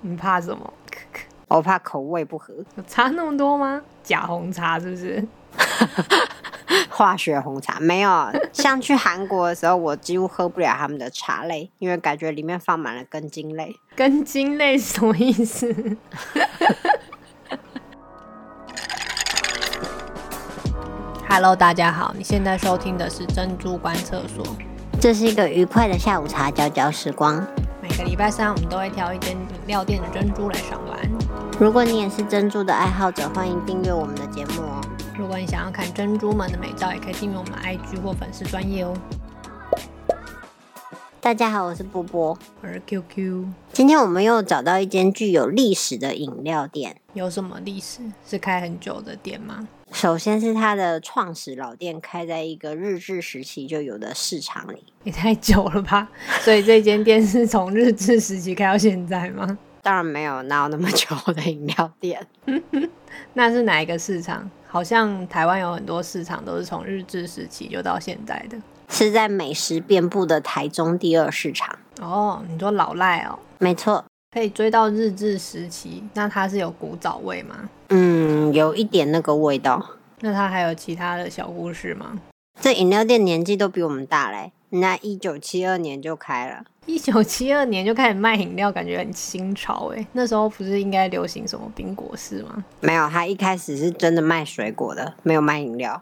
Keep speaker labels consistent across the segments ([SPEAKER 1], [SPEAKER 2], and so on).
[SPEAKER 1] 你怕什么？
[SPEAKER 2] 我怕口味不 合，
[SPEAKER 1] 有差那么多吗？假红茶是不是？
[SPEAKER 2] 化学红茶没 有。像去韩国的时候，我几乎喝不了他们的茶类，因为感觉里面放满了根茎类。
[SPEAKER 1] 根茎类是什么意思？Hello，大家好，你现在收听的是珍珠观测所。
[SPEAKER 2] 这是一个愉快的下午茶，嚼嚼时光。
[SPEAKER 1] 每个礼拜三，我们都会挑一间饮料店的珍珠来赏玩。
[SPEAKER 2] 如果你也是珍珠的爱好者，欢迎订阅我们的节目哦。
[SPEAKER 1] 如果你想要看珍珠们的美照，也可以订阅我们的 IG 或粉丝专业哦。
[SPEAKER 2] 大家好，我是波波。
[SPEAKER 1] 我是 QQ，
[SPEAKER 2] 今天我们又找到一间具有历史的饮料店。
[SPEAKER 1] 有什么历史？是开很久的店吗？
[SPEAKER 2] 首先是它的创始老店开在一个日治时期就有的市场里，
[SPEAKER 1] 也太久了吧！ 所以这间店是从日治时期开到现在吗？
[SPEAKER 2] 当然没有哪有那么久的饮料店。
[SPEAKER 1] 那是哪一个市场？好像台湾有很多市场都是从日治时期就到现在的。
[SPEAKER 2] 是在美食遍布的台中第二市场。
[SPEAKER 1] 哦，你说老赖哦，
[SPEAKER 2] 没错，
[SPEAKER 1] 可以追到日治时期，那它是有古早味吗？
[SPEAKER 2] 嗯，有一点那个味道。
[SPEAKER 1] 那它还有其他的小故事吗？
[SPEAKER 2] 这饮料店年纪都比我们大嘞，人家一九七二年就开了。
[SPEAKER 1] 一九七二年就开始卖饮料，感觉很新潮哎。那时候不是应该流行什么冰果式吗？
[SPEAKER 2] 没有，他一开始是真的卖水果的，没有卖饮料。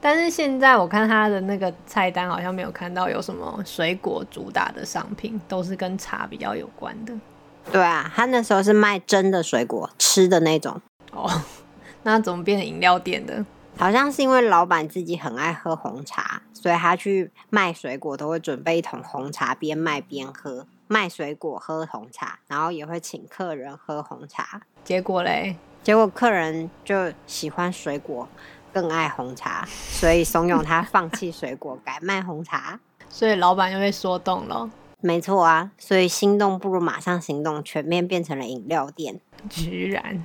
[SPEAKER 1] 但是现在我看它的那个菜单，好像没有看到有什么水果主打的商品，都是跟茶比较有关的。
[SPEAKER 2] 对啊，他那时候是卖真的水果，吃的那种。
[SPEAKER 1] 哦，那怎么变成饮料店的？
[SPEAKER 2] 好像是因为老板自己很爱喝红茶，所以他去卖水果都会准备一桶红茶，边卖边喝。卖水果喝红茶，然后也会请客人喝红茶。
[SPEAKER 1] 结果嘞，
[SPEAKER 2] 结果客人就喜欢水果，更爱红茶，所以怂恿他放弃水果，改卖红茶。
[SPEAKER 1] 所以老板就被说动了，
[SPEAKER 2] 没错啊，所以心动不如马上行动，全面变成了饮料店，
[SPEAKER 1] 居然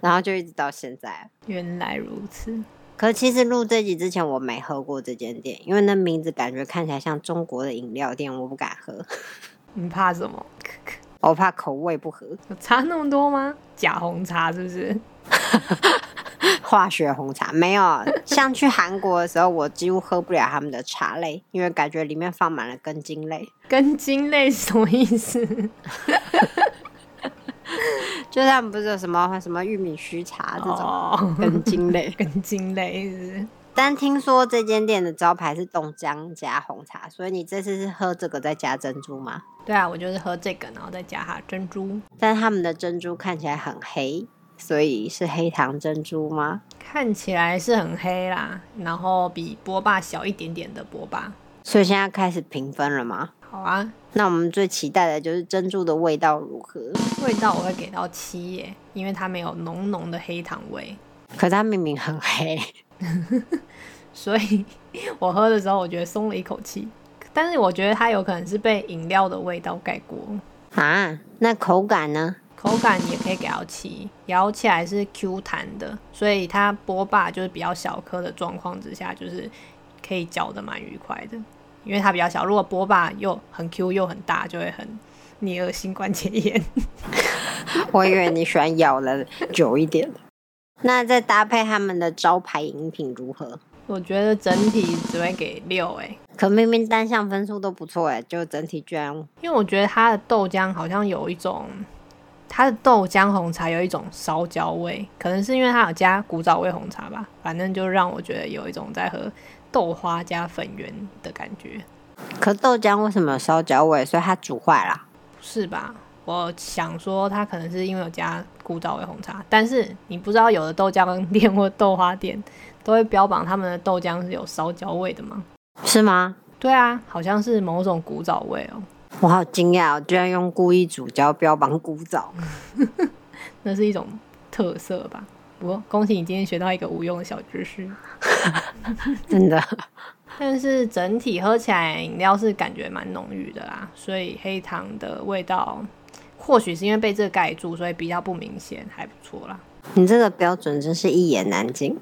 [SPEAKER 2] 然后就一直到现在。啊
[SPEAKER 1] 原来如此。
[SPEAKER 2] 可其实录这集之前，我没喝过这间店，因为那名字感觉看起来像中国的饮料店，我不敢喝，
[SPEAKER 1] 你怕什么？
[SPEAKER 2] 我怕口味不合。
[SPEAKER 1] 有差那么多吗？假红茶是不是？
[SPEAKER 2] 化学红茶没有，像去韩国的时候，我几乎喝不了他们的茶类，因为感觉里面放满了根茎类。
[SPEAKER 1] 根茎类是什么意思？
[SPEAKER 2] 就是他们不是有什么什么玉米须茶这种
[SPEAKER 1] 哦，，
[SPEAKER 2] 根茎类
[SPEAKER 1] 根茎类是不是
[SPEAKER 2] 但听说这间店的招牌是冻姜加红茶，所以你这次是喝这个再加珍珠吗？
[SPEAKER 1] 对啊，我就是喝这个，然后再加哈珍珠，
[SPEAKER 2] 但他们的珍珠看起来很黑，所以是黑糖珍珠吗？
[SPEAKER 1] 看起来是很黑啦，然后比波霸小一点点的波霸。
[SPEAKER 2] 所以现在开始评分了吗？
[SPEAKER 1] 好啊，
[SPEAKER 2] 那我们最期待的就是珍珠的味道如何？
[SPEAKER 1] 味道我会给到七耶，因为它没有浓浓的黑糖味，
[SPEAKER 2] 可它明明很黑，
[SPEAKER 1] 所以我喝的时候我觉得松了一口气。但是我觉得它有可能是被饮料的味道盖过，
[SPEAKER 2] 啊，那口感呢？
[SPEAKER 1] 口感也可以给到七，咬起来是 Q 弹的，所以它波霸就是比较小颗的状况之下，就是可以嚼得蛮愉快的，因为它比较小。如果波霸又很 Q 又很大，就会很你恶心关节炎。
[SPEAKER 2] 我以为你喜欢咬了久一点的。那再搭配他们的招牌饮品如何？
[SPEAKER 1] 我觉得整体只会给六哎、
[SPEAKER 2] 可明明单项分数都不错哎，就整体居然
[SPEAKER 1] 因为我觉得它的豆浆好像有一种，它的豆浆红茶有一种烧焦味，可能是因为它有加古早味红茶吧，反正就让我觉得有一种在喝豆花加粉圆的感觉，
[SPEAKER 2] 可豆浆为什么有烧焦味？所以它煮坏了。
[SPEAKER 1] 不是吧？我想说它可能是因为有加古早味红茶，但是你不知道有的豆浆店或豆花店都会标榜他们的豆浆是有烧焦味的吗？
[SPEAKER 2] 是吗？
[SPEAKER 1] 对啊，好像是某种古早味哦、
[SPEAKER 2] 我好惊讶、哦，居然用故意煮焦标榜古早。
[SPEAKER 1] 那是一种特色吧。不过恭喜你今天学到一个无用的小知识。
[SPEAKER 2] 真的。
[SPEAKER 1] 但是整体喝起来饮料是感觉蛮浓郁的啦，所以黑糖的味道或许是因为被这个盖住，所以比较不明显，还不错啦。
[SPEAKER 2] 你这个标准真是一言难尽。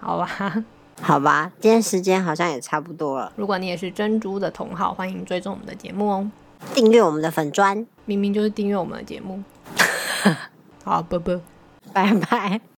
[SPEAKER 1] 好吧，
[SPEAKER 2] 好吧，今天时间好像也差不多了，
[SPEAKER 1] 如果你也是珍珠的同好，欢迎追踪我们的节目哦。
[SPEAKER 2] 订阅我们的粉砖，
[SPEAKER 1] 明明就是订阅我们的节目。好，啵啵。
[SPEAKER 2] 拜拜。